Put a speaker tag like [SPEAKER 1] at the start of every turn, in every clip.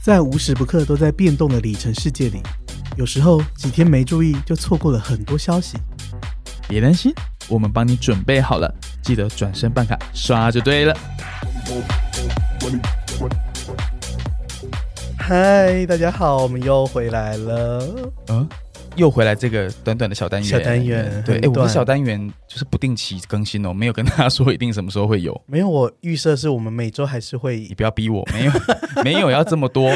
[SPEAKER 1] 在无时不刻都在变动的里程世界里，有时候几天没注意就错过了很多消息。
[SPEAKER 2] 别担心，我们帮你准备好了，记得转身办卡刷就对了。
[SPEAKER 1] 嗨，大家好，我们又回来了。
[SPEAKER 2] 嗯，又回来这个短短的小单元，
[SPEAKER 1] 小单元
[SPEAKER 2] 对，
[SPEAKER 1] 很
[SPEAKER 2] 哎，我们
[SPEAKER 1] 短
[SPEAKER 2] 小单元就是不定期更新哦，没有跟大家说一定什么时候会有，
[SPEAKER 1] 没有，我预设是我们每周还是
[SPEAKER 2] 你
[SPEAKER 1] 会
[SPEAKER 2] 不要逼我， 没有没有要这么多，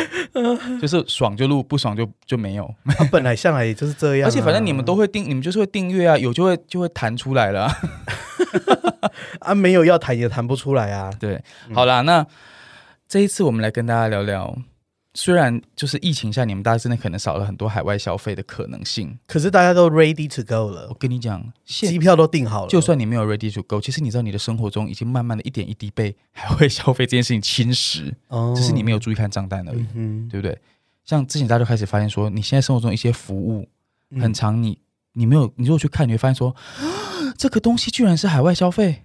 [SPEAKER 2] 就是爽就录，不爽就就没有，
[SPEAKER 1] 啊，本来向来也就是这样啊、
[SPEAKER 2] 而且反正你们都会订，你们就是会订阅啊，有就会就会弹出来 了啊、
[SPEAKER 1] 啊，没有要谈也谈不出来啊。
[SPEAKER 2] 对， 好啦，那这一次我们来跟大家聊聊，虽然就是疫情下你们大家真的可能少了很多海外消费的可能性，
[SPEAKER 1] 可是大家都 ready to go 了
[SPEAKER 2] 我，跟你讲，现
[SPEAKER 1] 机票都订好了，
[SPEAKER 2] 就算你没有 ready to go，其实你知道你的生活中已经慢慢的一点一滴被海外消费这件事情侵蚀，
[SPEAKER 1] 哦
[SPEAKER 2] 只是你没有注意看账单而已，
[SPEAKER 1] 嗯
[SPEAKER 2] 对不对？像之前大家就开始发现说，你现在生活中一些服务，
[SPEAKER 1] 嗯
[SPEAKER 2] 很长你你没有，你如果去看，你会发现说， 啊这个东西居然是海外消费。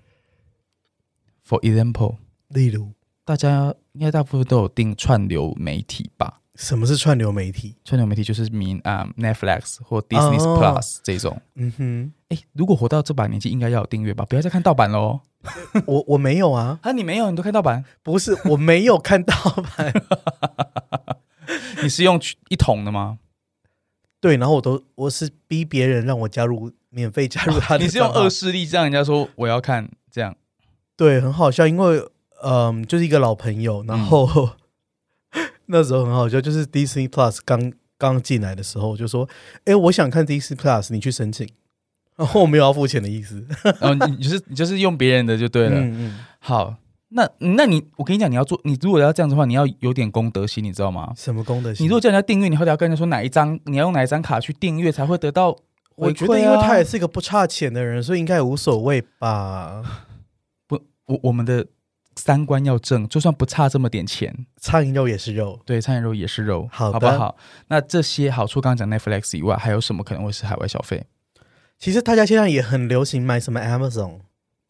[SPEAKER 2] For example，
[SPEAKER 1] 例如，
[SPEAKER 2] 大家应该大部分都有订串流媒体吧？
[SPEAKER 1] 什么是串流媒体？
[SPEAKER 2] 串流媒体就是民啊、Netflix 或 Disney
[SPEAKER 1] 哦
[SPEAKER 2] Plus 这种。
[SPEAKER 1] 嗯哼，
[SPEAKER 2] 哎，如果活到这把年纪，应该要有订阅吧？不要再看盗版哦喽。
[SPEAKER 1] 我我没有啊，
[SPEAKER 2] 啊，你没有，你都看盗版？
[SPEAKER 1] 不是，我没有看盗版。
[SPEAKER 2] 你是用一桶的 吗？
[SPEAKER 1] 对，然后我都我是逼别人让我加入免费加入他的、
[SPEAKER 2] 哦 你是用恶？势力让人家说我要看这样？
[SPEAKER 1] 对，很好笑，因为嗯，就是一个老朋友，
[SPEAKER 2] 嗯
[SPEAKER 1] 然后、 那时候很好笑，就是 Disney Plus 刚刚进来的时候，我就说，哎，我想看 Disney Plus，你去申请。然后我没有要付钱的意思。
[SPEAKER 2] 然后你 你就是你就是用别人的就对了。
[SPEAKER 1] 嗯嗯，
[SPEAKER 2] 好，那那你我跟你讲，你要做，你如果要这样子的话，你要有点公德心，你知道吗？
[SPEAKER 1] 什么功德
[SPEAKER 2] 你
[SPEAKER 1] 心？
[SPEAKER 2] 如果叫人家订阅，你后来要跟人家说哪一张，你要用哪一张卡去订阅才会得到回馈啊、
[SPEAKER 1] 我觉得，因为他也是一个不差钱的人，所以应该也无所谓吧。
[SPEAKER 2] 不，我我们的三观要正，就算不差这么点钱，
[SPEAKER 1] 苍蝇肉也是肉。
[SPEAKER 2] 对，餐饮肉也是肉，
[SPEAKER 1] 好的
[SPEAKER 2] 好不好？那这些好处，刚刚讲 Netflix 以外，还有什么可能会是海外消费？
[SPEAKER 1] 其实大家现在也很流行买什么 Amazon。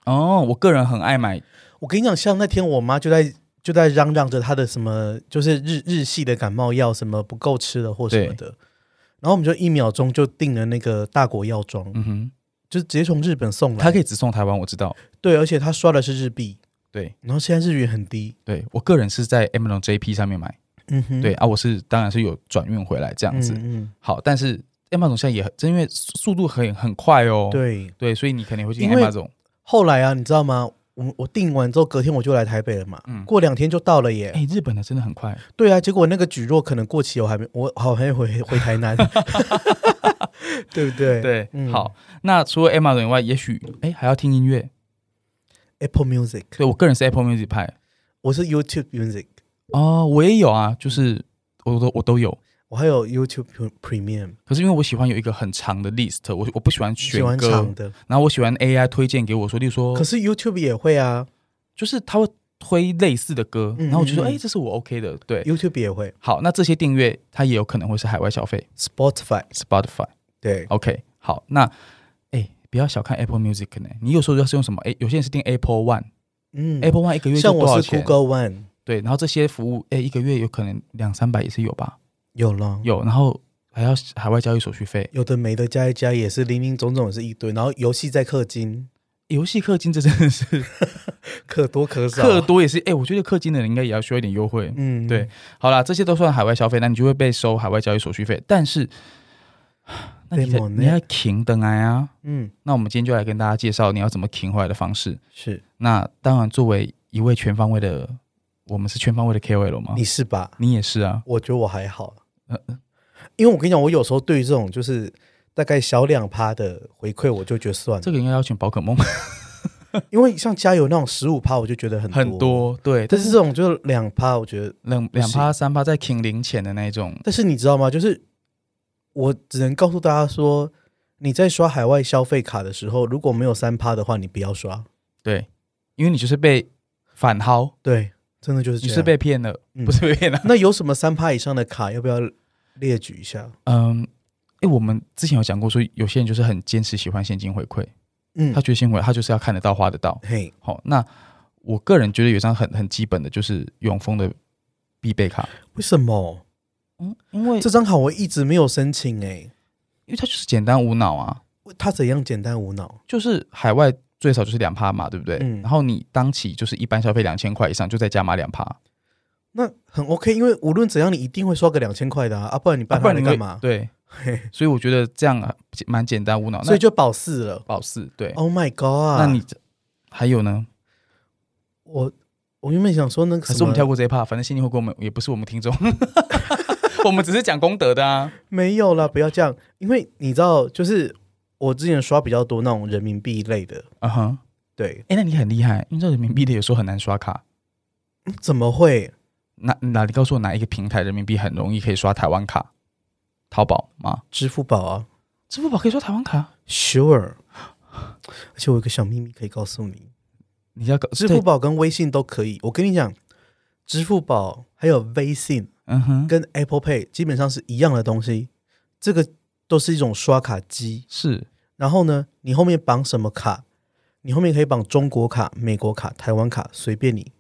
[SPEAKER 2] 哦，我个人很爱买
[SPEAKER 1] 我跟你讲，像那天我妈就在就在嚷嚷着她的什么，就是日日系的感冒药什么不够吃了或什么的，然后我们就一秒钟就订了那个大国药妆，
[SPEAKER 2] 嗯哼，
[SPEAKER 1] 就是直接从日本送来。
[SPEAKER 2] 它可
[SPEAKER 1] 以
[SPEAKER 2] 以只送台湾，我知道。
[SPEAKER 1] 对，而且她刷的是日币，
[SPEAKER 2] 对
[SPEAKER 1] 然后现在日元很低。
[SPEAKER 2] 对，我个人是在 Amazon JP 上面买，
[SPEAKER 1] 嗯哼，
[SPEAKER 2] 对啊，我是当然是有转运回来这
[SPEAKER 1] 这
[SPEAKER 2] 样子。
[SPEAKER 1] 嗯
[SPEAKER 2] 好，但是 Amazon 现在也很，真因为速速度很很快
[SPEAKER 1] 嗯，
[SPEAKER 2] 哦。
[SPEAKER 1] 对。
[SPEAKER 2] 对，所以你肯定会进
[SPEAKER 1] 因为
[SPEAKER 2] Amazon。
[SPEAKER 1] 后来啊，你知道吗？我我订完之后，隔天我就来台北了嘛，
[SPEAKER 2] 嗯
[SPEAKER 1] 过两天就到了耶。
[SPEAKER 2] 哎、日本的真的很快，
[SPEAKER 1] 对啊，结果那个蒟蒻可能过期，我还没我好像回回台 南， 对不对？
[SPEAKER 2] 对，
[SPEAKER 1] 嗯
[SPEAKER 2] 好。那除了 Amazon 以外，也许哎、还要听音乐。
[SPEAKER 1] ，Apple Music，
[SPEAKER 2] 对我个人是 Apple Music 派
[SPEAKER 1] 我是 YouTube Music。
[SPEAKER 2] 哦，我也有啊，就是我都我都有。
[SPEAKER 1] 我还有 YouTube Pre- Premium，
[SPEAKER 2] 可是因为我喜欢有一个很长的 list，我我不喜欢
[SPEAKER 1] 喜
[SPEAKER 2] 选
[SPEAKER 1] 欢
[SPEAKER 2] 歌
[SPEAKER 1] 长，的，
[SPEAKER 2] 然后我喜欢 AI 推荐给我说，例如说
[SPEAKER 1] 可，是 YouTube 也会啊
[SPEAKER 2] 就是他会推类似的歌，
[SPEAKER 1] 嗯
[SPEAKER 2] 然后我就
[SPEAKER 1] 嗯
[SPEAKER 2] 说，
[SPEAKER 1] 嗯
[SPEAKER 2] 哎、这是我 OK 的，对。
[SPEAKER 1] ，YouTube 也会
[SPEAKER 2] 好，那这些订阅它也有可能会是海外消费
[SPEAKER 1] ，Spotify
[SPEAKER 2] ，Spotify。
[SPEAKER 1] 对，
[SPEAKER 2] OK，好，那哎，不要小看 Apple Music 呢，你有时候要是用什么？哎，有些人是订 Apple One，Apple
[SPEAKER 1] 嗯
[SPEAKER 2] One 一个月就
[SPEAKER 1] 像
[SPEAKER 2] 哎多少
[SPEAKER 1] 我是
[SPEAKER 2] 钱？
[SPEAKER 1] Google One
[SPEAKER 2] 对，然后这些服务，哎，一个月有可能两三百也是有吧，
[SPEAKER 1] 有了，
[SPEAKER 2] 有，然后还要海外交易手续费，
[SPEAKER 1] 有的没的加一加也是零零总总也是一堆，然后游戏在氪金，
[SPEAKER 2] 游戏氪金这真的是
[SPEAKER 1] 可多可 少，
[SPEAKER 2] 氪多也是，哎，我觉得氪金的人应该也要需要一点优惠。
[SPEAKER 1] 嗯
[SPEAKER 2] 对，好啦，这些都算海外消费，那你就会被收海外交易手续费，但是， 那你
[SPEAKER 1] 对
[SPEAKER 2] 得
[SPEAKER 1] 嘛呢
[SPEAKER 2] 你要停等来啊。
[SPEAKER 1] 嗯
[SPEAKER 2] 那我们今天就来跟大家介绍你要怎么停回来的方式。
[SPEAKER 1] 是
[SPEAKER 2] 那当然，作为一位全方位的，我们是全方位的 KOL 吗？
[SPEAKER 1] 你是吧？
[SPEAKER 2] 你也是啊，
[SPEAKER 1] 我觉得我还好
[SPEAKER 2] 呃，
[SPEAKER 1] 因为我跟你讲，我有时候对于这种就是大概小两趴的回馈，我就觉得算
[SPEAKER 2] 这
[SPEAKER 1] 了，
[SPEAKER 2] 个应该要选宝可梦
[SPEAKER 1] 因为像加油那种十五趴，我就觉得很
[SPEAKER 2] 很，多，对，但
[SPEAKER 1] 但是
[SPEAKER 2] 是
[SPEAKER 1] 这种就是两趴，我觉得。
[SPEAKER 2] 两两趴三趴在停零前的那一种，
[SPEAKER 1] 但是你知道吗？就是我只能告诉大家说，你在刷海外消费卡的时候，如果没有三趴的话，你不要刷。
[SPEAKER 2] 对，因为你就是被反薅，
[SPEAKER 1] 对，真的就是这
[SPEAKER 2] 你
[SPEAKER 1] 样。
[SPEAKER 2] 是被骗了，
[SPEAKER 1] 啊嗯
[SPEAKER 2] 不是被骗了。
[SPEAKER 1] 那有什么三趴以上的卡，要不要列举一下？
[SPEAKER 2] 嗯，哎，我们之前有讲过说，有些人就是很坚持喜欢现金回馈，
[SPEAKER 1] 嗯
[SPEAKER 2] 他，觉得现金回馈他就是要看得到花得到。
[SPEAKER 1] 嘿，
[SPEAKER 2] 好，那我个人觉得有一张很很基本的就是永丰的必备卡。
[SPEAKER 1] 为什么
[SPEAKER 2] 嗯，因为
[SPEAKER 1] 这张卡我一直没有申请、欸？
[SPEAKER 2] 因为它就是简单无脑啊，
[SPEAKER 1] 哎，它怎样简单无脑？
[SPEAKER 2] 就是海外最少就是两趴嘛，对不对？
[SPEAKER 1] 嗯
[SPEAKER 2] 然后你当期就是一般消费两千块以上，就再加码两趴，
[SPEAKER 1] 那很 OK，因为无论怎样，你一定会刷个两千块的啊，啊不然你
[SPEAKER 2] 啊
[SPEAKER 1] 办
[SPEAKER 2] 不
[SPEAKER 1] 它
[SPEAKER 2] 然
[SPEAKER 1] 来
[SPEAKER 2] 你
[SPEAKER 1] 干
[SPEAKER 2] 会
[SPEAKER 1] 嘛？
[SPEAKER 2] 对，
[SPEAKER 1] 嘿
[SPEAKER 2] 所以我觉得这样啊简蛮简单无脑。
[SPEAKER 1] 所以
[SPEAKER 2] 那
[SPEAKER 1] 就保四了。
[SPEAKER 2] 保四对，
[SPEAKER 1] Oh my god！
[SPEAKER 2] 那你还有呢？
[SPEAKER 1] 我我原本想说那个
[SPEAKER 2] 可
[SPEAKER 1] 什
[SPEAKER 2] 是我
[SPEAKER 1] 么
[SPEAKER 2] 们跳过这一趴，反正心里会跟我们也不是我们听众， 我们只是讲功德 的啊。
[SPEAKER 1] 没有啦，不要这样，因为你知道，就是我之前刷比较多那种人民币类的，
[SPEAKER 2] 嗯哼，
[SPEAKER 1] 对，
[SPEAKER 2] 哎，那你很厉害，因为这人民币的有时候很难刷卡。
[SPEAKER 1] 嗯怎么会？
[SPEAKER 2] 哪哪里告诉我哪一个平台人民币很容易可以刷台湾卡？淘宝吗？
[SPEAKER 1] 支付宝啊
[SPEAKER 2] 支付宝可以刷台湾卡？
[SPEAKER 1] ，Sure。而且我有个小秘密可以告诉你，
[SPEAKER 2] 你要搞
[SPEAKER 1] 支付
[SPEAKER 2] 对
[SPEAKER 1] 宝跟微信都可以。我跟你讲，支付宝还有微信
[SPEAKER 2] 嗯哼，
[SPEAKER 1] 跟 Apple Pay 基本上是一样的东西，这个都是一种刷卡机。
[SPEAKER 2] 是
[SPEAKER 1] 然后呢，你后面绑什么卡，你后面可以绑中国卡、美国卡、台湾卡，随便你。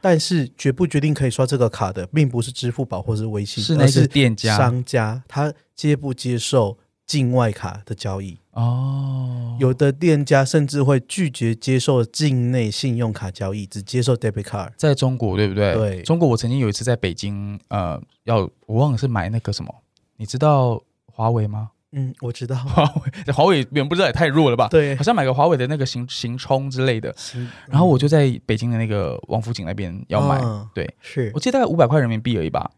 [SPEAKER 1] 但是决不决定可以刷这个卡的，并不是支付宝或是微信，
[SPEAKER 2] 是那
[SPEAKER 1] 而
[SPEAKER 2] 个
[SPEAKER 1] 是
[SPEAKER 2] 店家
[SPEAKER 1] 商家他接不接受境外卡的交易。
[SPEAKER 2] 哦，
[SPEAKER 1] 有的店家甚至会拒绝接受境内信用卡交易，只接受 debit card。
[SPEAKER 2] 在中国对不对？
[SPEAKER 1] 对
[SPEAKER 2] 中国我曾经有一次在北京，呃，要我忘了是买那个什么，你知道华为吗？
[SPEAKER 1] 嗯，我知道。
[SPEAKER 2] 华为华为原不知道也太弱了吧？
[SPEAKER 1] 对嗯
[SPEAKER 2] 好，像买个华为的那个行行充之类的，
[SPEAKER 1] 行
[SPEAKER 2] 然后我就在北京的那个王府井那边要买，
[SPEAKER 1] 嗯
[SPEAKER 2] 对
[SPEAKER 1] 是
[SPEAKER 2] 我记得大概五百块人民币而已吧。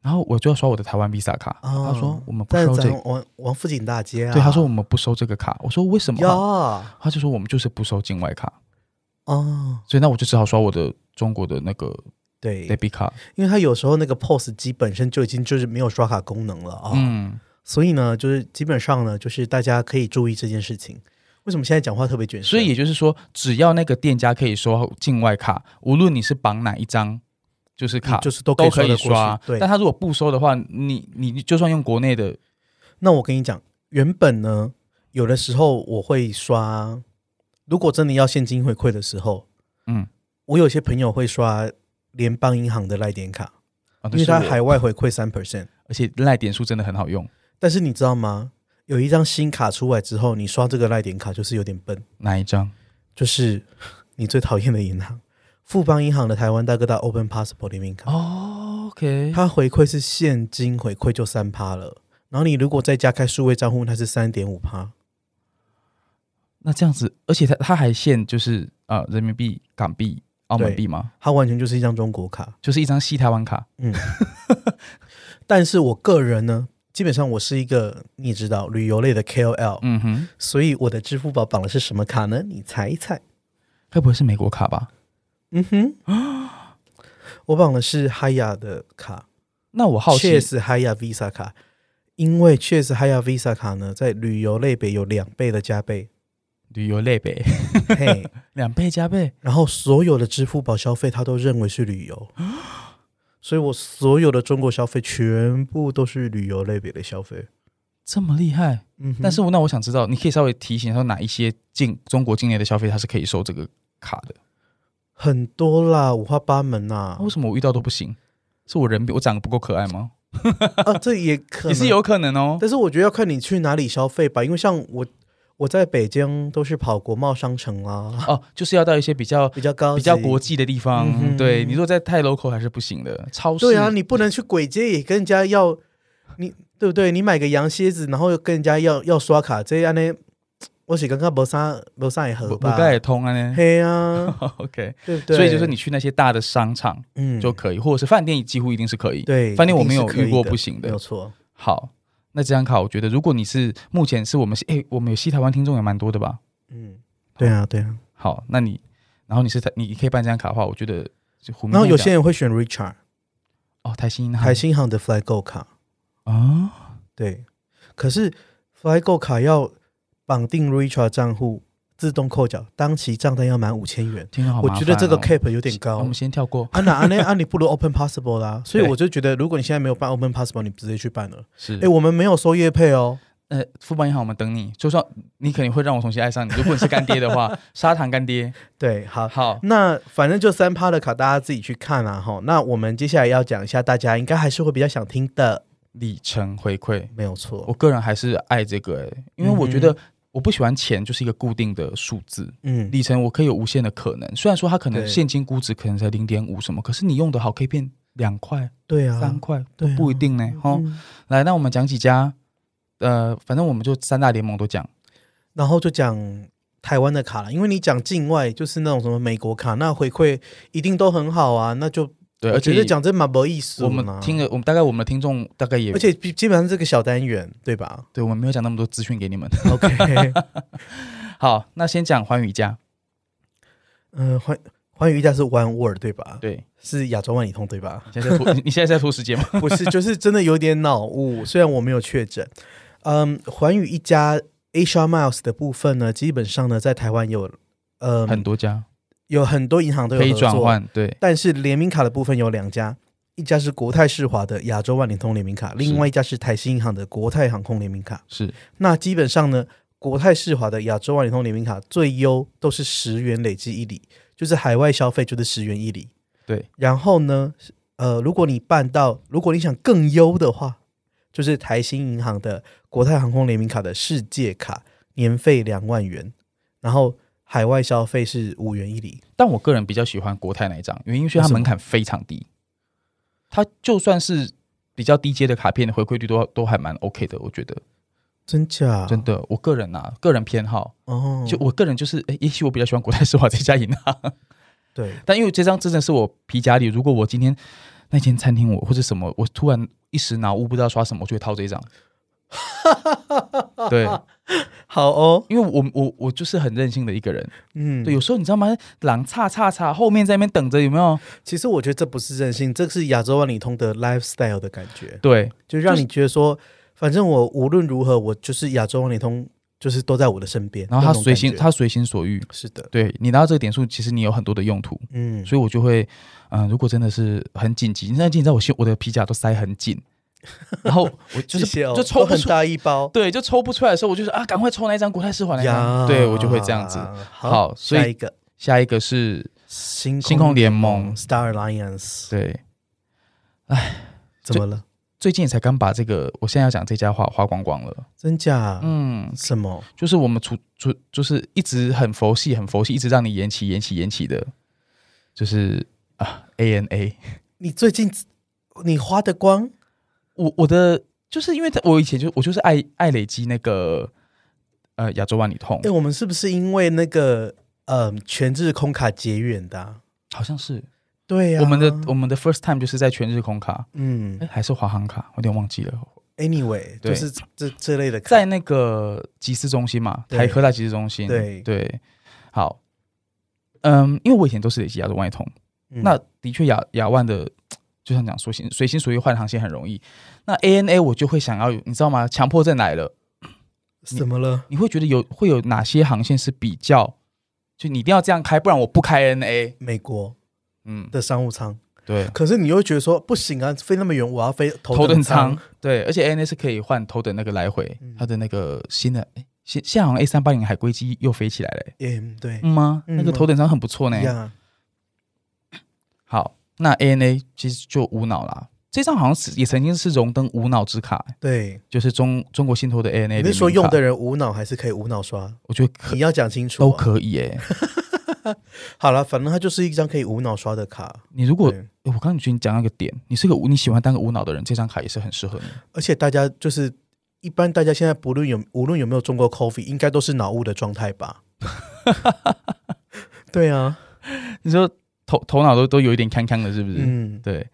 [SPEAKER 2] 然后我就要刷我的台湾 Visa 卡，
[SPEAKER 1] 啊
[SPEAKER 2] 他说我们不
[SPEAKER 1] 在
[SPEAKER 2] 收这
[SPEAKER 1] 咱
[SPEAKER 2] 个，
[SPEAKER 1] 王王府井大街啊。
[SPEAKER 2] 对，他说我们不收这个卡。我说为什么
[SPEAKER 1] 呀
[SPEAKER 2] 啊？
[SPEAKER 1] 啊
[SPEAKER 2] 他就说我们就是不收境外卡，，
[SPEAKER 1] 哦
[SPEAKER 2] 所以那我就只好刷我的中国的那个
[SPEAKER 1] 对
[SPEAKER 2] debit 卡。
[SPEAKER 1] 因为它有时候那个 POS 机本身就已经就是没有刷卡功能了啊、
[SPEAKER 2] 嗯，
[SPEAKER 1] 所以呢，就是基本上呢，就是大家可以注意这件事情。为什么现在讲话特别卷舌？
[SPEAKER 2] 所以也就是说，只要那个店家可以收境外卡，无论你是绑哪一张，就是卡、
[SPEAKER 1] 嗯就是都可
[SPEAKER 2] 都
[SPEAKER 1] 以
[SPEAKER 2] 可以
[SPEAKER 1] 收得过
[SPEAKER 2] 刷
[SPEAKER 1] 去。对
[SPEAKER 2] 但他如果不收的话，你你你就算用国内的，
[SPEAKER 1] 那我跟你讲，原本呢，有的时候我会刷，如果真的要现金回馈的时候，
[SPEAKER 2] 嗯，
[SPEAKER 1] 我有些朋友会刷联邦银行的赖点卡，
[SPEAKER 2] 啊、
[SPEAKER 1] 因为它
[SPEAKER 2] 那是我
[SPEAKER 1] 海外回馈三 percent。
[SPEAKER 2] 而且赖点数真的很好用，
[SPEAKER 1] 但是你知道吗？有一张新卡出来之后，你刷这个赖点卡就是有点笨。
[SPEAKER 2] 哪一张？
[SPEAKER 1] 就是你最讨厌的银行——富邦银行的台湾大哥大 Open Passport 联名卡，
[SPEAKER 2] 哦，OK，
[SPEAKER 1] 它回馈是现金回馈就三趴了，然后你如果再加开数位账户，它是三点五趴。
[SPEAKER 2] 那这样子，而且它它还限就是呃人民币、港币、澳门币吗？
[SPEAKER 1] 它完全就是一张中国卡，
[SPEAKER 2] 就是一张西台湾卡，
[SPEAKER 1] 但是我个人呢，基本上我是一个你也知道旅游类的 KOL，、
[SPEAKER 2] 嗯哼，
[SPEAKER 1] 所以我的支付宝绑的是什么卡呢？你猜一猜。
[SPEAKER 2] 该不会是美国卡吧？
[SPEAKER 1] 嗯哼，我绑的是 Haya 的卡，
[SPEAKER 2] 那我好奇
[SPEAKER 1] 确，实 Haya Visa 卡，因为确实 Haya Visa 卡呢，在旅游类别有两倍的加 倍，
[SPEAKER 2] 旅游类呗，
[SPEAKER 1] 嘿，
[SPEAKER 2] 两倍加倍，
[SPEAKER 1] 然后所有的支付宝消费，他都认为是旅 游，所以我所有的中国消费全部都是旅游类别的消费。
[SPEAKER 2] 这么厉害？
[SPEAKER 1] 嗯哼，
[SPEAKER 2] 但是我那我想知道，你可以稍微提醒说哪一些境中国境内的消费它是可以收这个卡的？
[SPEAKER 1] 很多啦，五花八门
[SPEAKER 2] 啊
[SPEAKER 1] 呐、
[SPEAKER 2] 为什么我遇到都不行？是我人比我长得不够可爱吗？
[SPEAKER 1] 啊，这也可能
[SPEAKER 2] 也是，有可能哦。
[SPEAKER 1] 但是我觉得要看你去哪里消费吧，因为像我，我在北京都是跑国贸商城 啦，
[SPEAKER 2] 哦，就是要到一些比较
[SPEAKER 1] 比较高级
[SPEAKER 2] 比较国。际的地方，
[SPEAKER 1] 嗯哼
[SPEAKER 2] 对你如果在太 local 还是不行的。超市
[SPEAKER 1] 对啊，你不能去鬼街也跟人家要，你对不对？你买个羊蝎子，然后又跟人家要要刷卡，这样呢，我是刚刚没啥没啥也合
[SPEAKER 2] 我
[SPEAKER 1] 吧。
[SPEAKER 2] 盖也通啊呢。
[SPEAKER 1] 嘿啊，
[SPEAKER 2] OK，
[SPEAKER 1] 对不对？
[SPEAKER 2] 所以就是你去那些大的商场
[SPEAKER 1] 嗯
[SPEAKER 2] 就可以，或者是饭店几乎一定是可以。，
[SPEAKER 1] 对，
[SPEAKER 2] 饭店我
[SPEAKER 1] 一定
[SPEAKER 2] 没有
[SPEAKER 1] 是可以
[SPEAKER 2] 遇过不行
[SPEAKER 1] 的，
[SPEAKER 2] 的
[SPEAKER 1] 没有错。
[SPEAKER 2] 好，那这张卡我觉得，如果你是目前是我们哎、我们有西台湾听众也蛮多的吧？
[SPEAKER 1] 嗯，对啊，对啊。
[SPEAKER 2] 好，那你然后你是台你可以办这张卡的话，我觉得就胡明
[SPEAKER 1] 然后有
[SPEAKER 2] 讲
[SPEAKER 1] 些人会选 Richard
[SPEAKER 2] 哦台新银行
[SPEAKER 1] 台新行的 FlyGo 卡，
[SPEAKER 2] 啊，
[SPEAKER 1] 对。可是 FlyGo 卡要绑定 Richard 账户自动扣缴，当期账单要满五千元。
[SPEAKER 2] 听着好
[SPEAKER 1] 我
[SPEAKER 2] 麻
[SPEAKER 1] 觉得
[SPEAKER 2] 烦
[SPEAKER 1] 这个啊
[SPEAKER 2] 哦
[SPEAKER 1] cap 有点
[SPEAKER 2] 那我
[SPEAKER 1] 高
[SPEAKER 2] 们。先跳过，
[SPEAKER 1] 啊那啊那啊，你不如 Open Possible 啦。所以
[SPEAKER 2] 对
[SPEAKER 1] 我就觉得，如果你现在没有办 Open Possible，你直接去办了。
[SPEAKER 2] 是
[SPEAKER 1] 哎，我们没有收业配哦，
[SPEAKER 2] 呃，富邦银行，我们等你。就算你肯定会让我重新爱上你，如果你是干爹的话， 砂糖干爹。
[SPEAKER 1] 对，好，
[SPEAKER 2] 好，
[SPEAKER 1] 那反正就三趴的卡，大家自己去看啊哈。那我们接下来要讲一下，大家应该还是会比较想听的，
[SPEAKER 2] 里程回馈，
[SPEAKER 1] 没有
[SPEAKER 2] 我
[SPEAKER 1] 错。
[SPEAKER 2] 个人还是爱这个、欸，因为我觉
[SPEAKER 1] 嗯
[SPEAKER 2] 得我不喜欢钱就是一个固定的数字，
[SPEAKER 1] 嗯，
[SPEAKER 2] 里程我可以有无限的可能。虽然说它可能
[SPEAKER 1] 对
[SPEAKER 2] 现金估值可能才零点五什么，可是你用的好可以变两块、
[SPEAKER 1] 对啊，
[SPEAKER 2] 三块都
[SPEAKER 1] 对啊
[SPEAKER 2] 不一定呢、哈、
[SPEAKER 1] 嗯
[SPEAKER 2] 来，那我们讲几家，呃，反正我们就三大联盟都讲。
[SPEAKER 1] 然后就讲台湾的卡了，因为你讲境外就是那种什么美国卡，那回馈一定都很好啊，那就
[SPEAKER 2] 对，
[SPEAKER 1] 我
[SPEAKER 2] 而
[SPEAKER 1] 觉
[SPEAKER 2] 且
[SPEAKER 1] 得讲真蛮没意思。
[SPEAKER 2] 我们听，了，我们大概我们的听众大概也，
[SPEAKER 1] 而且基基本上这个小单元对 吧
[SPEAKER 2] 对我们没有讲那么多资讯给你们。
[SPEAKER 1] ？OK，
[SPEAKER 2] 好，那先讲寰宇家，
[SPEAKER 1] 嗯，欢欢愉一家是 One Word 对吧？
[SPEAKER 2] 对，
[SPEAKER 1] 是亚洲万里通对吧？
[SPEAKER 2] 你现在在拖，你你现在在拖时间吗？
[SPEAKER 1] 不是，就是真的有点脑雾。虽然我没有确诊，嗯，环宇一家 Asia Miles 的部分呢，基本上呢在台湾有，呃，
[SPEAKER 2] 很多家
[SPEAKER 1] 有很多银行都有
[SPEAKER 2] 可以
[SPEAKER 1] 合作
[SPEAKER 2] 转，换，对，
[SPEAKER 1] 但是联名卡的部分有两家，一家是国泰世华的亚洲万里通联名卡，另外一家是台新银行的国泰航空联名卡。
[SPEAKER 2] 是
[SPEAKER 1] 那基本上呢，国泰世华的亚洲万里通联名卡最优都是十元累积一里，就是海外消费就是十元一里。
[SPEAKER 2] 对，
[SPEAKER 1] 然后呢，呃，如果你办到，如果你想更优的话，就是台新银行的国泰航空联名卡的世界卡，年费两万元，然后海外消费是五元一里。
[SPEAKER 2] 但我个人比较喜欢国泰那一张，原因是
[SPEAKER 1] 为
[SPEAKER 2] 它
[SPEAKER 1] 什么
[SPEAKER 2] 门槛非常低，它就算是比较低阶的卡片，回馈率都都还蛮 OK 的，我觉得
[SPEAKER 1] 真假？
[SPEAKER 2] 真的，我个人啊，个人偏好，
[SPEAKER 1] 哦，
[SPEAKER 2] 就我个人就是，诶，也许我比较喜欢国泰世华这家银行，
[SPEAKER 1] 对，
[SPEAKER 2] 但因为这张真的是我皮夹里，如果我今天那间餐厅我或者什么，我突然一时脑雾不知道刷什么，我就会掏这 一张，对，
[SPEAKER 1] 好哦，
[SPEAKER 2] 因为我我我就是很任性的一个人，
[SPEAKER 1] 嗯，
[SPEAKER 2] 对，有时候你知道吗？狼叉叉叉后面在那边等着，有没有？
[SPEAKER 1] 其实我觉得这不是任性，这是亚洲万里通的 lifestyle 的感觉，
[SPEAKER 2] 对，
[SPEAKER 1] 就让
[SPEAKER 2] 就是
[SPEAKER 1] 你觉得说，反正我无论如何，我就是亚洲万里通，就是都在我的身边。
[SPEAKER 2] 然后他
[SPEAKER 1] 那种
[SPEAKER 2] 随心
[SPEAKER 1] 感觉
[SPEAKER 2] 他随心所欲，
[SPEAKER 1] 是的，
[SPEAKER 2] 对你拿到这个点数，其实你有很多的用途，
[SPEAKER 1] 嗯，
[SPEAKER 2] 所以我就会，嗯、如果真的是很紧急，那你知道我现我的皮夹都塞很紧，然后我就
[SPEAKER 1] 谢
[SPEAKER 2] 是
[SPEAKER 1] 谢哦，
[SPEAKER 2] 就抽
[SPEAKER 1] 都
[SPEAKER 2] 不
[SPEAKER 1] 很
[SPEAKER 2] 出，
[SPEAKER 1] 大一包，
[SPEAKER 2] 对，就抽不出来的时候，我就是啊，赶快抽那一张国泰世华那一张，对我就会这样子。
[SPEAKER 1] 好，
[SPEAKER 2] 好所以
[SPEAKER 1] 下一个
[SPEAKER 2] 下一个是
[SPEAKER 1] 星
[SPEAKER 2] 星空联
[SPEAKER 1] 盟
[SPEAKER 2] 盟，
[SPEAKER 1] Star Alliance
[SPEAKER 2] 对，
[SPEAKER 1] 怎么了？
[SPEAKER 2] 最近才刚把这个我现在要讲这家花花光光了，
[SPEAKER 1] 真假？
[SPEAKER 2] 嗯，
[SPEAKER 1] 什么？
[SPEAKER 2] 就是我们出出就是一直很佛系，很佛系，一直让你延期、延期、延期的，就是啊，A N A。
[SPEAKER 1] 你最近你花的光？
[SPEAKER 2] 我我的就是因为在我以前就我就是爱爱累积那个呃亚洲万里通
[SPEAKER 1] 哎，，我们是不是因为那个嗯全日空卡结缘的啊？
[SPEAKER 2] 好像是
[SPEAKER 1] 对啊呀，
[SPEAKER 2] 我们的我们的 first time 就是在全日空卡，
[SPEAKER 1] 嗯
[SPEAKER 2] 哎还是华航卡，我有点忘记了，
[SPEAKER 1] ，anyway，就
[SPEAKER 2] 对
[SPEAKER 1] 是这这类的卡
[SPEAKER 2] 在那个集市中心嘛，
[SPEAKER 1] 对
[SPEAKER 2] 台科大集市中心，
[SPEAKER 1] 对
[SPEAKER 2] 对，好，嗯，因为我以前都是累积亚洲万里通。
[SPEAKER 1] 嗯
[SPEAKER 2] 那的确亚亚万的，就像讲随心随心所欲换航线很容易。那 ANA 我就会想要有，你知道吗？强迫症来了，
[SPEAKER 1] 怎么了？
[SPEAKER 2] 你会觉得有会有哪些航线是比较，就你一定要这样开，不然我不开 ANA。
[SPEAKER 1] 美国
[SPEAKER 2] 嗯，
[SPEAKER 1] 的商务舱，
[SPEAKER 2] 对，
[SPEAKER 1] 可是你又觉得说不行啊，飞那么远，我要飞头
[SPEAKER 2] 头等
[SPEAKER 1] 等嗯
[SPEAKER 2] 舱，，对，而且 ANA 是可以换头等那个来回，它的那个新的，诶现现在好像 A 三八零海龟机又飞起来了、诶
[SPEAKER 1] 嗯，对，
[SPEAKER 2] 嗯吗？
[SPEAKER 1] 嗯
[SPEAKER 2] 那个头等舱很不错呢、
[SPEAKER 1] 一样啊，
[SPEAKER 2] 好，那 ANA 其实就无脑啦。这张好像是也曾经是荣登无脑之卡、诶
[SPEAKER 1] 对。
[SPEAKER 2] 就是中中国信托的 ANA 联名
[SPEAKER 1] 你
[SPEAKER 2] 卡。
[SPEAKER 1] 是说用的人无脑还是可以无脑刷？
[SPEAKER 2] 我觉得可
[SPEAKER 1] 你要讲清楚、啊
[SPEAKER 2] 都。可以诶、
[SPEAKER 1] 好了，反正它就是一张可以无脑刷的卡。
[SPEAKER 2] 你如果
[SPEAKER 1] 对
[SPEAKER 2] 我刚刚已经讲那个点，你是个无你喜欢当个无脑的人，这张卡也是很适合你。
[SPEAKER 1] 而且大家就是一般大家现在不论有无论有没有中过 coffee，应该都是脑雾的状态 吧？对啊，
[SPEAKER 2] 你说头头脑都都有一点康康的，是不是？
[SPEAKER 1] 嗯，
[SPEAKER 2] 对。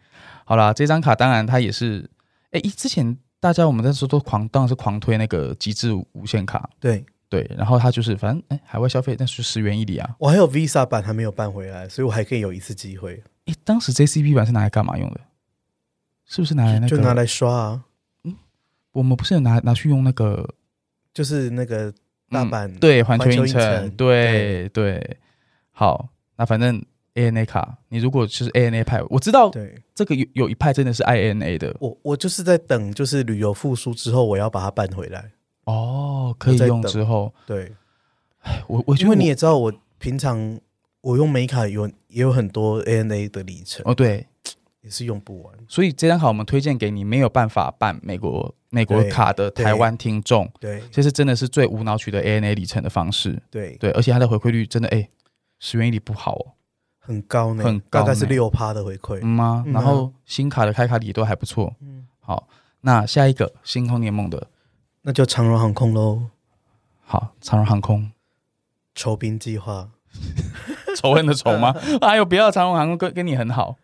[SPEAKER 2] 好啦，这张卡当然它也是，哎、一之前大家我们那时候都狂当然是狂推那个极致无限卡，
[SPEAKER 1] 对
[SPEAKER 2] 对，然后它就是反正哎、诶海外消费那是十元一里啊，
[SPEAKER 1] 我还有 Visa 版还没有办回来，所以我还可以有一次机会，
[SPEAKER 2] 哎、当时 JCB 版是拿来干嘛用的？是不是拿哎来那个？
[SPEAKER 1] 就拿来刷啊，
[SPEAKER 2] 我们不是有拿拿去用那个嗯
[SPEAKER 1] 就是那个大阪、
[SPEAKER 2] 对，环球
[SPEAKER 1] 环球
[SPEAKER 2] 影
[SPEAKER 1] 影
[SPEAKER 2] 城
[SPEAKER 1] 城，
[SPEAKER 2] 对对。好，那反正 ANA 卡，你如果就是 ANA 派，我知道
[SPEAKER 1] 对，
[SPEAKER 2] 这个有有一派真的是 INA 的
[SPEAKER 1] 我我就是在等，就是旅游复苏之后，我要把它办回来。
[SPEAKER 2] 哦，可以用之后，
[SPEAKER 1] 对，
[SPEAKER 2] 哎我我觉
[SPEAKER 1] 因
[SPEAKER 2] 得
[SPEAKER 1] 为
[SPEAKER 2] 我
[SPEAKER 1] 你也知道，我平常我用美卡有也有很多 ANA 的里程，
[SPEAKER 2] 哦对，
[SPEAKER 1] 也是用不完。
[SPEAKER 2] 所以这张卡我们推荐给你没有办法办美国美国
[SPEAKER 1] 对
[SPEAKER 2] 卡的
[SPEAKER 1] 对
[SPEAKER 2] 台湾听众，
[SPEAKER 1] 对
[SPEAKER 2] 这是真的是最无脑取得 ANA 里程的方式。
[SPEAKER 1] 对，
[SPEAKER 2] 对，而且它的回馈率真的哎，十元一里不好哦，
[SPEAKER 1] 很高呢，
[SPEAKER 2] 很
[SPEAKER 1] 大概
[SPEAKER 2] 高
[SPEAKER 1] 是
[SPEAKER 2] 呢
[SPEAKER 1] 六趴的回馈。
[SPEAKER 2] 嗯吗？
[SPEAKER 1] 嗯啊
[SPEAKER 2] 然后新卡的开卡礼也都还不错。
[SPEAKER 1] 嗯，
[SPEAKER 2] 好，那下一个星空联盟的，
[SPEAKER 1] 那就长荣航空喽，
[SPEAKER 2] 好，长荣航 空
[SPEAKER 1] 酬宾计划
[SPEAKER 2] 仇恨的仇吗？哎呦，不要长荣航空跟跟你很好，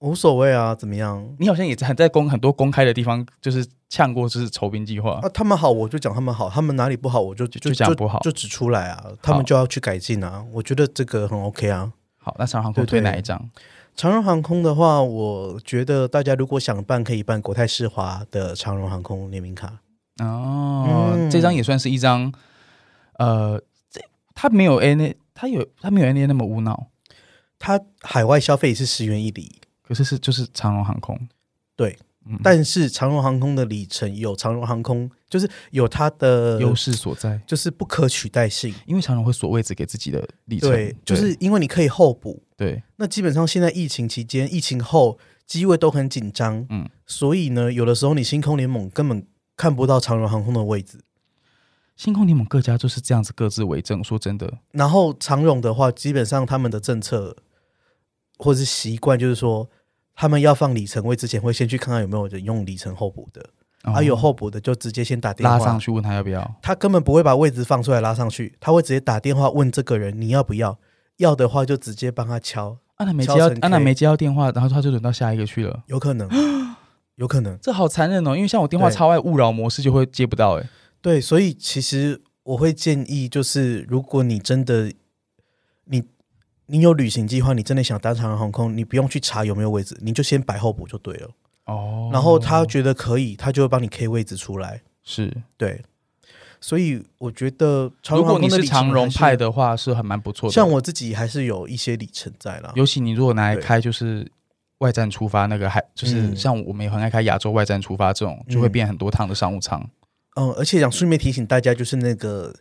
[SPEAKER 1] 无所谓啊，怎么样？
[SPEAKER 2] 你好像也在在公很多公开的地方就是呛过，就是酬宾计划
[SPEAKER 1] 啊，。他们好我就讲他们好，他们哪里不好我就就
[SPEAKER 2] 就讲不好
[SPEAKER 1] 就指出来啊，他们就要去改进啊。我觉得这个很 OK 啊。
[SPEAKER 2] 好，那长荣航空
[SPEAKER 1] 对对
[SPEAKER 2] 推哪一张？
[SPEAKER 1] 长荣航空的话，我觉得大家如果想办，可以办国泰世华的长荣航空联名卡。
[SPEAKER 2] 哦，
[SPEAKER 1] 嗯
[SPEAKER 2] 这张也算是一张，呃，这它没有 N A，它有它没有 N A 那么无脑，
[SPEAKER 1] 它海外消费也是十元一里，
[SPEAKER 2] 可是是就是长荣航空，
[SPEAKER 1] 对，
[SPEAKER 2] 嗯，
[SPEAKER 1] 但是长荣航空的里程有长荣航空，就是有它的
[SPEAKER 2] 优，势所在，
[SPEAKER 1] 就是不可取代性。
[SPEAKER 2] 因为长荣会锁位置给自己的里程，
[SPEAKER 1] 对，就是因为你可以候补。
[SPEAKER 2] 对
[SPEAKER 1] 那基本上现在疫情期间、疫情后，机位都很紧张，
[SPEAKER 2] 嗯
[SPEAKER 1] 嗯，所以呢，有的时候你星空联盟根本看不到长荣航空的位置。
[SPEAKER 2] 星空联盟各家就是这样子各自为政。说真的，
[SPEAKER 1] 然后长荣的话，基本上他们的政策或是习惯就是说，他们要放里程位之前，会先去看看有没有人用里程候补的，
[SPEAKER 2] 哦
[SPEAKER 1] 啊，有候补的就直接先打电话
[SPEAKER 2] 拉上去问他要不要，
[SPEAKER 1] 他根本不会把位置放出来拉上去，他会直接打电话问这个人你要不要，要的话就直接帮他敲，
[SPEAKER 2] 安娜没接
[SPEAKER 1] 敲
[SPEAKER 2] 到
[SPEAKER 1] 成，K
[SPEAKER 2] 安娜没接到电话，然后他就轮到下一个去了。
[SPEAKER 1] 有可 能，有可能，
[SPEAKER 2] 这好残忍哦！因为像我电话
[SPEAKER 1] 对
[SPEAKER 2] 插外勿扰模式就会接不到、哎，
[SPEAKER 1] 对，所以其实我会建议，就是如果你真的你你有旅行计划，你真的想搭长荣航空，你不用去查有没有位置，你就先摆候补就对了。
[SPEAKER 2] 哦
[SPEAKER 1] 然后他觉得可以，他就会帮你 K 位置出来。
[SPEAKER 2] 是，
[SPEAKER 1] 对，所以我觉得长
[SPEAKER 2] 如
[SPEAKER 1] 荣航
[SPEAKER 2] 果你
[SPEAKER 1] 空的
[SPEAKER 2] 是
[SPEAKER 1] 里程
[SPEAKER 2] 长荣
[SPEAKER 1] 还是
[SPEAKER 2] 派，的话，是很蛮不错的。
[SPEAKER 1] 像我自己还是有一些里程在啦。
[SPEAKER 2] 尤其你如果拿来
[SPEAKER 1] 对
[SPEAKER 2] 开，就是外站出发那个还，就是
[SPEAKER 1] 嗯
[SPEAKER 2] 像我们也很爱开亚洲外站出发这种，就会变很多趟的商务舱。
[SPEAKER 1] 嗯，而且想顺便提醒大家，就是那个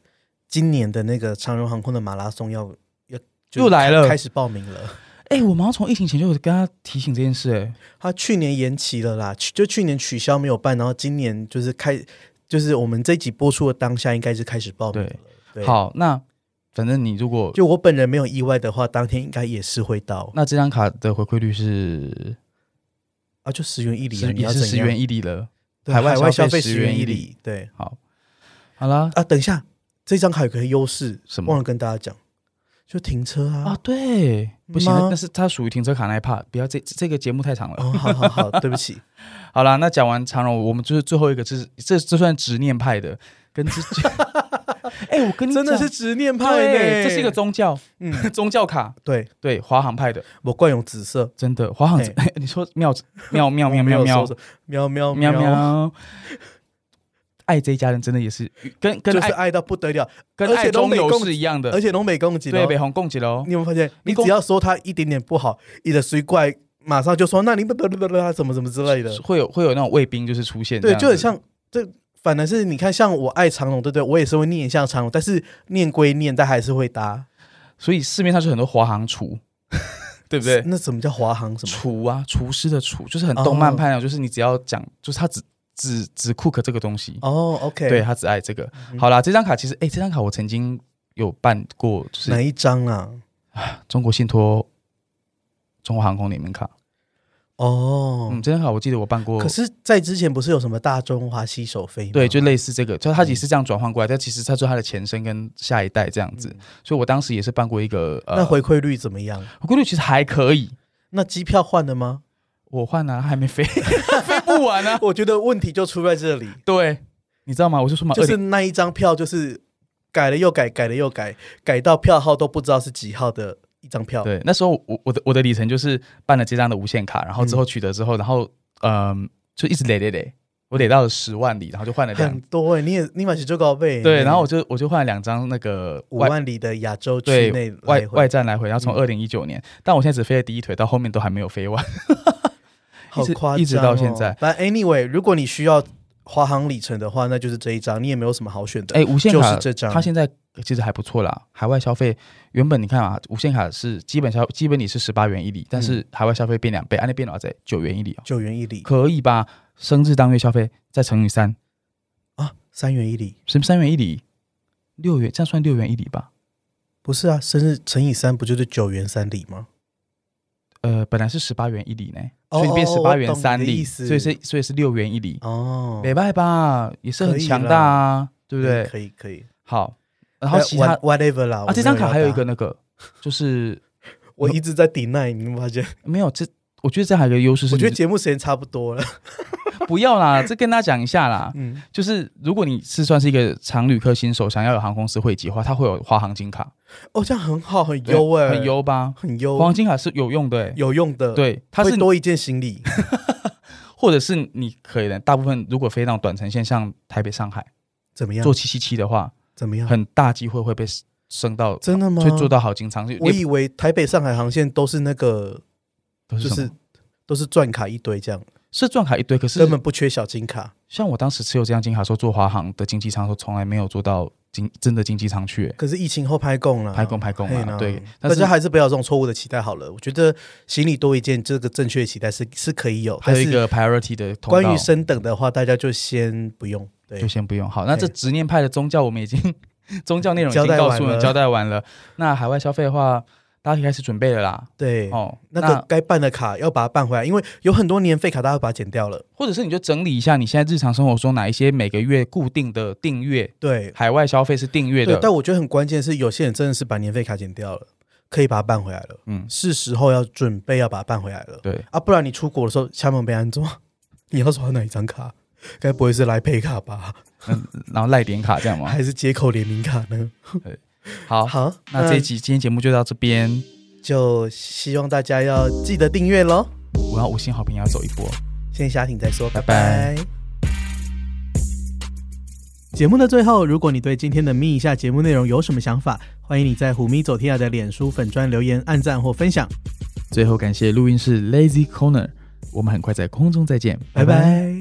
[SPEAKER 1] 今年的那个长荣航空的马拉松要要就是
[SPEAKER 2] 又来了
[SPEAKER 1] 开始报名了。
[SPEAKER 2] 哎、我们要从疫情前就有跟他提醒这件事、哎，
[SPEAKER 1] 他去年延期了啦，去就去年取消没有办，然后今年就是开，就是我们这一集播出的当下应该是开始报名了
[SPEAKER 2] 对。
[SPEAKER 1] 对，，
[SPEAKER 2] 好，那反正你如果
[SPEAKER 1] 就我本人没有意外的话，当天应该也是会到
[SPEAKER 2] 那这张卡的回馈率是
[SPEAKER 1] 啊，就十元一里、啊，
[SPEAKER 2] 十
[SPEAKER 1] 你
[SPEAKER 2] 也
[SPEAKER 1] 要
[SPEAKER 2] 是
[SPEAKER 1] 怎
[SPEAKER 2] 十
[SPEAKER 1] 样
[SPEAKER 2] 元一里了。
[SPEAKER 1] 对
[SPEAKER 2] 海
[SPEAKER 1] 海
[SPEAKER 2] 外
[SPEAKER 1] 外
[SPEAKER 2] 消
[SPEAKER 1] 消
[SPEAKER 2] 费
[SPEAKER 1] 费
[SPEAKER 2] 10
[SPEAKER 1] 十
[SPEAKER 2] 元
[SPEAKER 1] 元
[SPEAKER 2] 一
[SPEAKER 1] 一
[SPEAKER 2] 里
[SPEAKER 1] 里，对
[SPEAKER 2] 好，好啦，
[SPEAKER 1] 啊，等一下，这张卡有个优势，
[SPEAKER 2] 什么
[SPEAKER 1] 忘了跟大家讲，就停车
[SPEAKER 2] 啊
[SPEAKER 1] 啊，，
[SPEAKER 2] 对，不行，
[SPEAKER 1] 吗
[SPEAKER 2] 那那是它属于停车卡那一 part，不要这这个节目太长了。
[SPEAKER 1] 哦，好好好，对不起，
[SPEAKER 2] 好啦，那讲完长荣，我们就是最后一个，这是这这算执念派的，跟 之前，哎、我 跟你
[SPEAKER 1] 真的
[SPEAKER 2] 讲
[SPEAKER 1] 是执念派
[SPEAKER 2] 对，
[SPEAKER 1] 呢，
[SPEAKER 2] 这是一个宗教，
[SPEAKER 1] 嗯，
[SPEAKER 2] 宗教卡，
[SPEAKER 1] 对
[SPEAKER 2] 对，华航派的，
[SPEAKER 1] 我惯用紫色，
[SPEAKER 2] 真的，华航， 你说妙妙妙妙
[SPEAKER 1] 没
[SPEAKER 2] 妙
[SPEAKER 1] 有
[SPEAKER 2] 妙
[SPEAKER 1] 收手喵喵
[SPEAKER 2] 妙，妙，爱这一家人真的也是跟跟
[SPEAKER 1] 就是
[SPEAKER 2] 爱
[SPEAKER 1] 爱到不得了，
[SPEAKER 2] 跟
[SPEAKER 1] 而且
[SPEAKER 2] 爱
[SPEAKER 1] 都
[SPEAKER 2] 中
[SPEAKER 1] 没
[SPEAKER 2] 油
[SPEAKER 1] 共
[SPEAKER 2] 是一样
[SPEAKER 1] 而
[SPEAKER 2] 的，
[SPEAKER 1] 且东北攻击
[SPEAKER 2] 对，
[SPEAKER 1] 咯
[SPEAKER 2] 北红共济楼
[SPEAKER 1] 哦你，有没有发现，
[SPEAKER 2] 你
[SPEAKER 1] 你
[SPEAKER 2] 攻
[SPEAKER 1] 只要说他一点点不好，你的水怪马上就说，那你不不不不不怎么怎么之类的，
[SPEAKER 2] 会有会有那种卫兵就是出现这
[SPEAKER 1] 对，
[SPEAKER 2] 样子，
[SPEAKER 1] 就很像这。反而是你看，像我爱长龙，对不对？我也是会念一下长龙，但是念归念，但还是会搭，
[SPEAKER 2] 所以市面上就很多华航厨， 对不对？
[SPEAKER 1] 那什么叫华航 什么？哦
[SPEAKER 2] 厨啊，厨师的厨，就是很动漫派那种，就是你只要讲，就是他只只只 cook 这个东西，
[SPEAKER 1] 哦，OK，嗯
[SPEAKER 2] 对，他只爱这个。好啦，这张卡其实，哎、这张卡我曾经有办过，就是
[SPEAKER 1] 哪一张啊？
[SPEAKER 2] 中国信托、中华航空联名卡。
[SPEAKER 1] 哦，
[SPEAKER 2] 嗯，这张卡我记得我办过
[SPEAKER 1] 可，是，在之前不是有什么大中华吸手飞吗？
[SPEAKER 2] 对，就类似这个，就是它也是这样转换
[SPEAKER 1] 嗯
[SPEAKER 2] 过来，但其实它是它的前身跟下一代这样子。所以我当时也是办过一个，呃，
[SPEAKER 1] 那回馈率怎么样？
[SPEAKER 2] 回归率其实还可以。
[SPEAKER 1] 那机票换了 吗？
[SPEAKER 2] 我换了、还没 飞，飞不完啊。
[SPEAKER 1] 我觉得问题就出在 这里，
[SPEAKER 2] 对，你知道吗？我就说嘛，
[SPEAKER 1] 就是
[SPEAKER 2] 20
[SPEAKER 1] 那一张票就是改了又改，改了又改，改到票号都不知道是几号的一张票。
[SPEAKER 2] 对，那时候我我的我的里程就是办了这张的无限卡，然后之后取得之后，然后嗯、就一直累累累，我累到了十万里，然后就换了两
[SPEAKER 1] 很多哎、你也你买起最高欸倍、
[SPEAKER 2] 对，然后我就我就换了两张那个
[SPEAKER 1] 五
[SPEAKER 2] 外
[SPEAKER 1] 万里的亚洲区内
[SPEAKER 2] 对外
[SPEAKER 1] 来回
[SPEAKER 2] 外站来回，嗯然后从二零一九年，但我现在只飞了第一腿，到后面都还没有飞完。
[SPEAKER 1] 好
[SPEAKER 2] 一直
[SPEAKER 1] 夸张、哦，
[SPEAKER 2] 一直到现在
[SPEAKER 1] 反正 anyway，如果你需要华航里程的话，那就是这一张，你也没有什么好选的。
[SPEAKER 2] 哎，无限
[SPEAKER 1] 就是
[SPEAKER 2] 卡
[SPEAKER 1] 这张，
[SPEAKER 2] 它现在其实还不错啦。海外消费原本你看啊，无限卡是基本消基本你是十八元一里，但是海外消费变两倍，按、啊那变多少在九元一里哦，
[SPEAKER 1] 九元一里
[SPEAKER 2] 可以吧？生日当月消费再乘以三，
[SPEAKER 1] 啊，三元一里
[SPEAKER 2] 是不是三元一里？六元这样算六元一里吧？
[SPEAKER 1] 不是啊？生日乘以三不就是九元三里吗？
[SPEAKER 2] 呃，本来是十八元一里呢，
[SPEAKER 1] 哦
[SPEAKER 2] 所以你变
[SPEAKER 1] 哦
[SPEAKER 2] 十
[SPEAKER 1] 哦
[SPEAKER 2] 八
[SPEAKER 1] 我
[SPEAKER 2] 元
[SPEAKER 1] 懂你
[SPEAKER 2] 三
[SPEAKER 1] 的
[SPEAKER 2] 里，
[SPEAKER 1] 意思
[SPEAKER 2] 所以是所以是六元一里，
[SPEAKER 1] 哦，
[SPEAKER 2] 没办吧？也是
[SPEAKER 1] 可
[SPEAKER 2] 很
[SPEAKER 1] 以
[SPEAKER 2] 强
[SPEAKER 1] 啦
[SPEAKER 2] 大啊，对不
[SPEAKER 1] 对，
[SPEAKER 2] 对？
[SPEAKER 1] 可以可以。
[SPEAKER 2] 好，然后
[SPEAKER 1] 哎
[SPEAKER 2] 其他
[SPEAKER 1] what- whatever 啦
[SPEAKER 2] 啊，这张卡还有一，
[SPEAKER 1] 我没
[SPEAKER 2] 个那个就是
[SPEAKER 1] 要打我一直在抵赖，你有没有发现？
[SPEAKER 2] 没有这，我觉得这还有一个优势是
[SPEAKER 1] 我
[SPEAKER 2] 你，
[SPEAKER 1] 觉得节目时间差不多 了。
[SPEAKER 2] 不要啦， 这跟大家讲一下啦。
[SPEAKER 1] 嗯，
[SPEAKER 2] 就是如果你是算是一个常旅客新手，想要有航空公司汇集的话，它会有花航金卡，
[SPEAKER 1] 哦，这样很好，很
[SPEAKER 2] 对
[SPEAKER 1] 优哎，
[SPEAKER 2] 很，优吧？
[SPEAKER 1] 很
[SPEAKER 2] 花
[SPEAKER 1] 优
[SPEAKER 2] 航，金卡是有用的、欸，
[SPEAKER 1] 有用的。，
[SPEAKER 2] 对，它
[SPEAKER 1] 会
[SPEAKER 2] 是
[SPEAKER 1] 多一件行 李。
[SPEAKER 2] 或者是你可以的，大部分如果飞那种短程线，像台北、上海
[SPEAKER 1] 怎么样
[SPEAKER 2] 坐？七七七的话，
[SPEAKER 1] 怎么样？
[SPEAKER 2] 很大机会会被升到，
[SPEAKER 1] 真的吗？
[SPEAKER 2] 会做到好经常，
[SPEAKER 1] 我
[SPEAKER 2] 也
[SPEAKER 1] 以为台北、上海航线都是那个，
[SPEAKER 2] 都
[SPEAKER 1] 就是
[SPEAKER 2] 什
[SPEAKER 1] 是
[SPEAKER 2] 么
[SPEAKER 1] 都是钻卡一堆这样，
[SPEAKER 2] 是钻卡一堆，可是
[SPEAKER 1] 根本不缺小金卡。
[SPEAKER 2] 像我当时持有这张金卡的时候，坐华航的经济舱的时候，从来没有坐到经真的经济舱去、欸
[SPEAKER 1] 可是疫情后拍供了，
[SPEAKER 2] 拍供拍供
[SPEAKER 1] 嘿
[SPEAKER 2] 嘛，
[SPEAKER 1] 呢
[SPEAKER 2] 对，
[SPEAKER 1] 大
[SPEAKER 2] 但是
[SPEAKER 1] 家还是不要有这种错误的期待好了。我觉得行李多一件，这个正确的期待是是可以有，
[SPEAKER 2] 还有一
[SPEAKER 1] 但是
[SPEAKER 2] 个 priority 的通道
[SPEAKER 1] 关于升等的话，大家就先不用。对
[SPEAKER 2] 就，先不用。好，那
[SPEAKER 1] 对
[SPEAKER 2] 这执念派的宗教我们已经 宗教内容已经
[SPEAKER 1] 交代
[SPEAKER 2] 告
[SPEAKER 1] 完
[SPEAKER 2] 诉你
[SPEAKER 1] 了
[SPEAKER 2] 交代完了。那海外消费的话，大家可以开始准备了啦。
[SPEAKER 1] 对，
[SPEAKER 2] 哦，
[SPEAKER 1] 那个该办的卡要把它办回来，因为有很多年费卡大家把它剪掉了。
[SPEAKER 2] 或者是你就整理一下你现在日常生活中哪一些每个月固定的订阅，
[SPEAKER 1] 对，
[SPEAKER 2] 海外消费是订阅
[SPEAKER 1] 对，但
[SPEAKER 2] 的。
[SPEAKER 1] 我觉得很关键是，有些人真的是把年费卡剪掉了，可以把它办回来了。
[SPEAKER 2] 嗯，
[SPEAKER 1] 是时候要准备要把它办回来了
[SPEAKER 2] 对，
[SPEAKER 1] 啊，不然你出国的时候敲门被安装，你要刷哪一张卡？该不会是来配卡吧，
[SPEAKER 2] 嗯然后赖点卡这样吗？
[SPEAKER 1] 还是接口联名卡呢？
[SPEAKER 2] 好，
[SPEAKER 1] 好，
[SPEAKER 2] 那这一集今天节目就到这边，
[SPEAKER 1] 就希望大家要记得订阅喽。
[SPEAKER 2] 我要五星好评也要走一波。
[SPEAKER 1] 先下停再说，拜
[SPEAKER 2] 拜
[SPEAKER 1] 拜。节目的最后，如果你对今天的咪一下节目内容有什么想法，欢迎你在虎咪走天涯的脸书粉砖留言、按赞或分享。
[SPEAKER 2] 最后感谢录音室 Lazy Corner，我们很快在空中再见，
[SPEAKER 1] 拜拜